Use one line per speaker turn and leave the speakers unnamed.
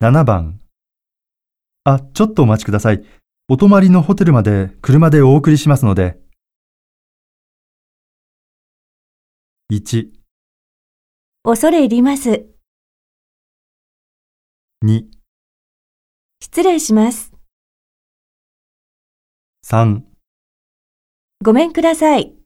7番。あ、ちょっとお待ちください。お泊まりのホテルまで車でお送りしますので。1、
恐れ入ります。
2、
失礼します。
3
ごめんください。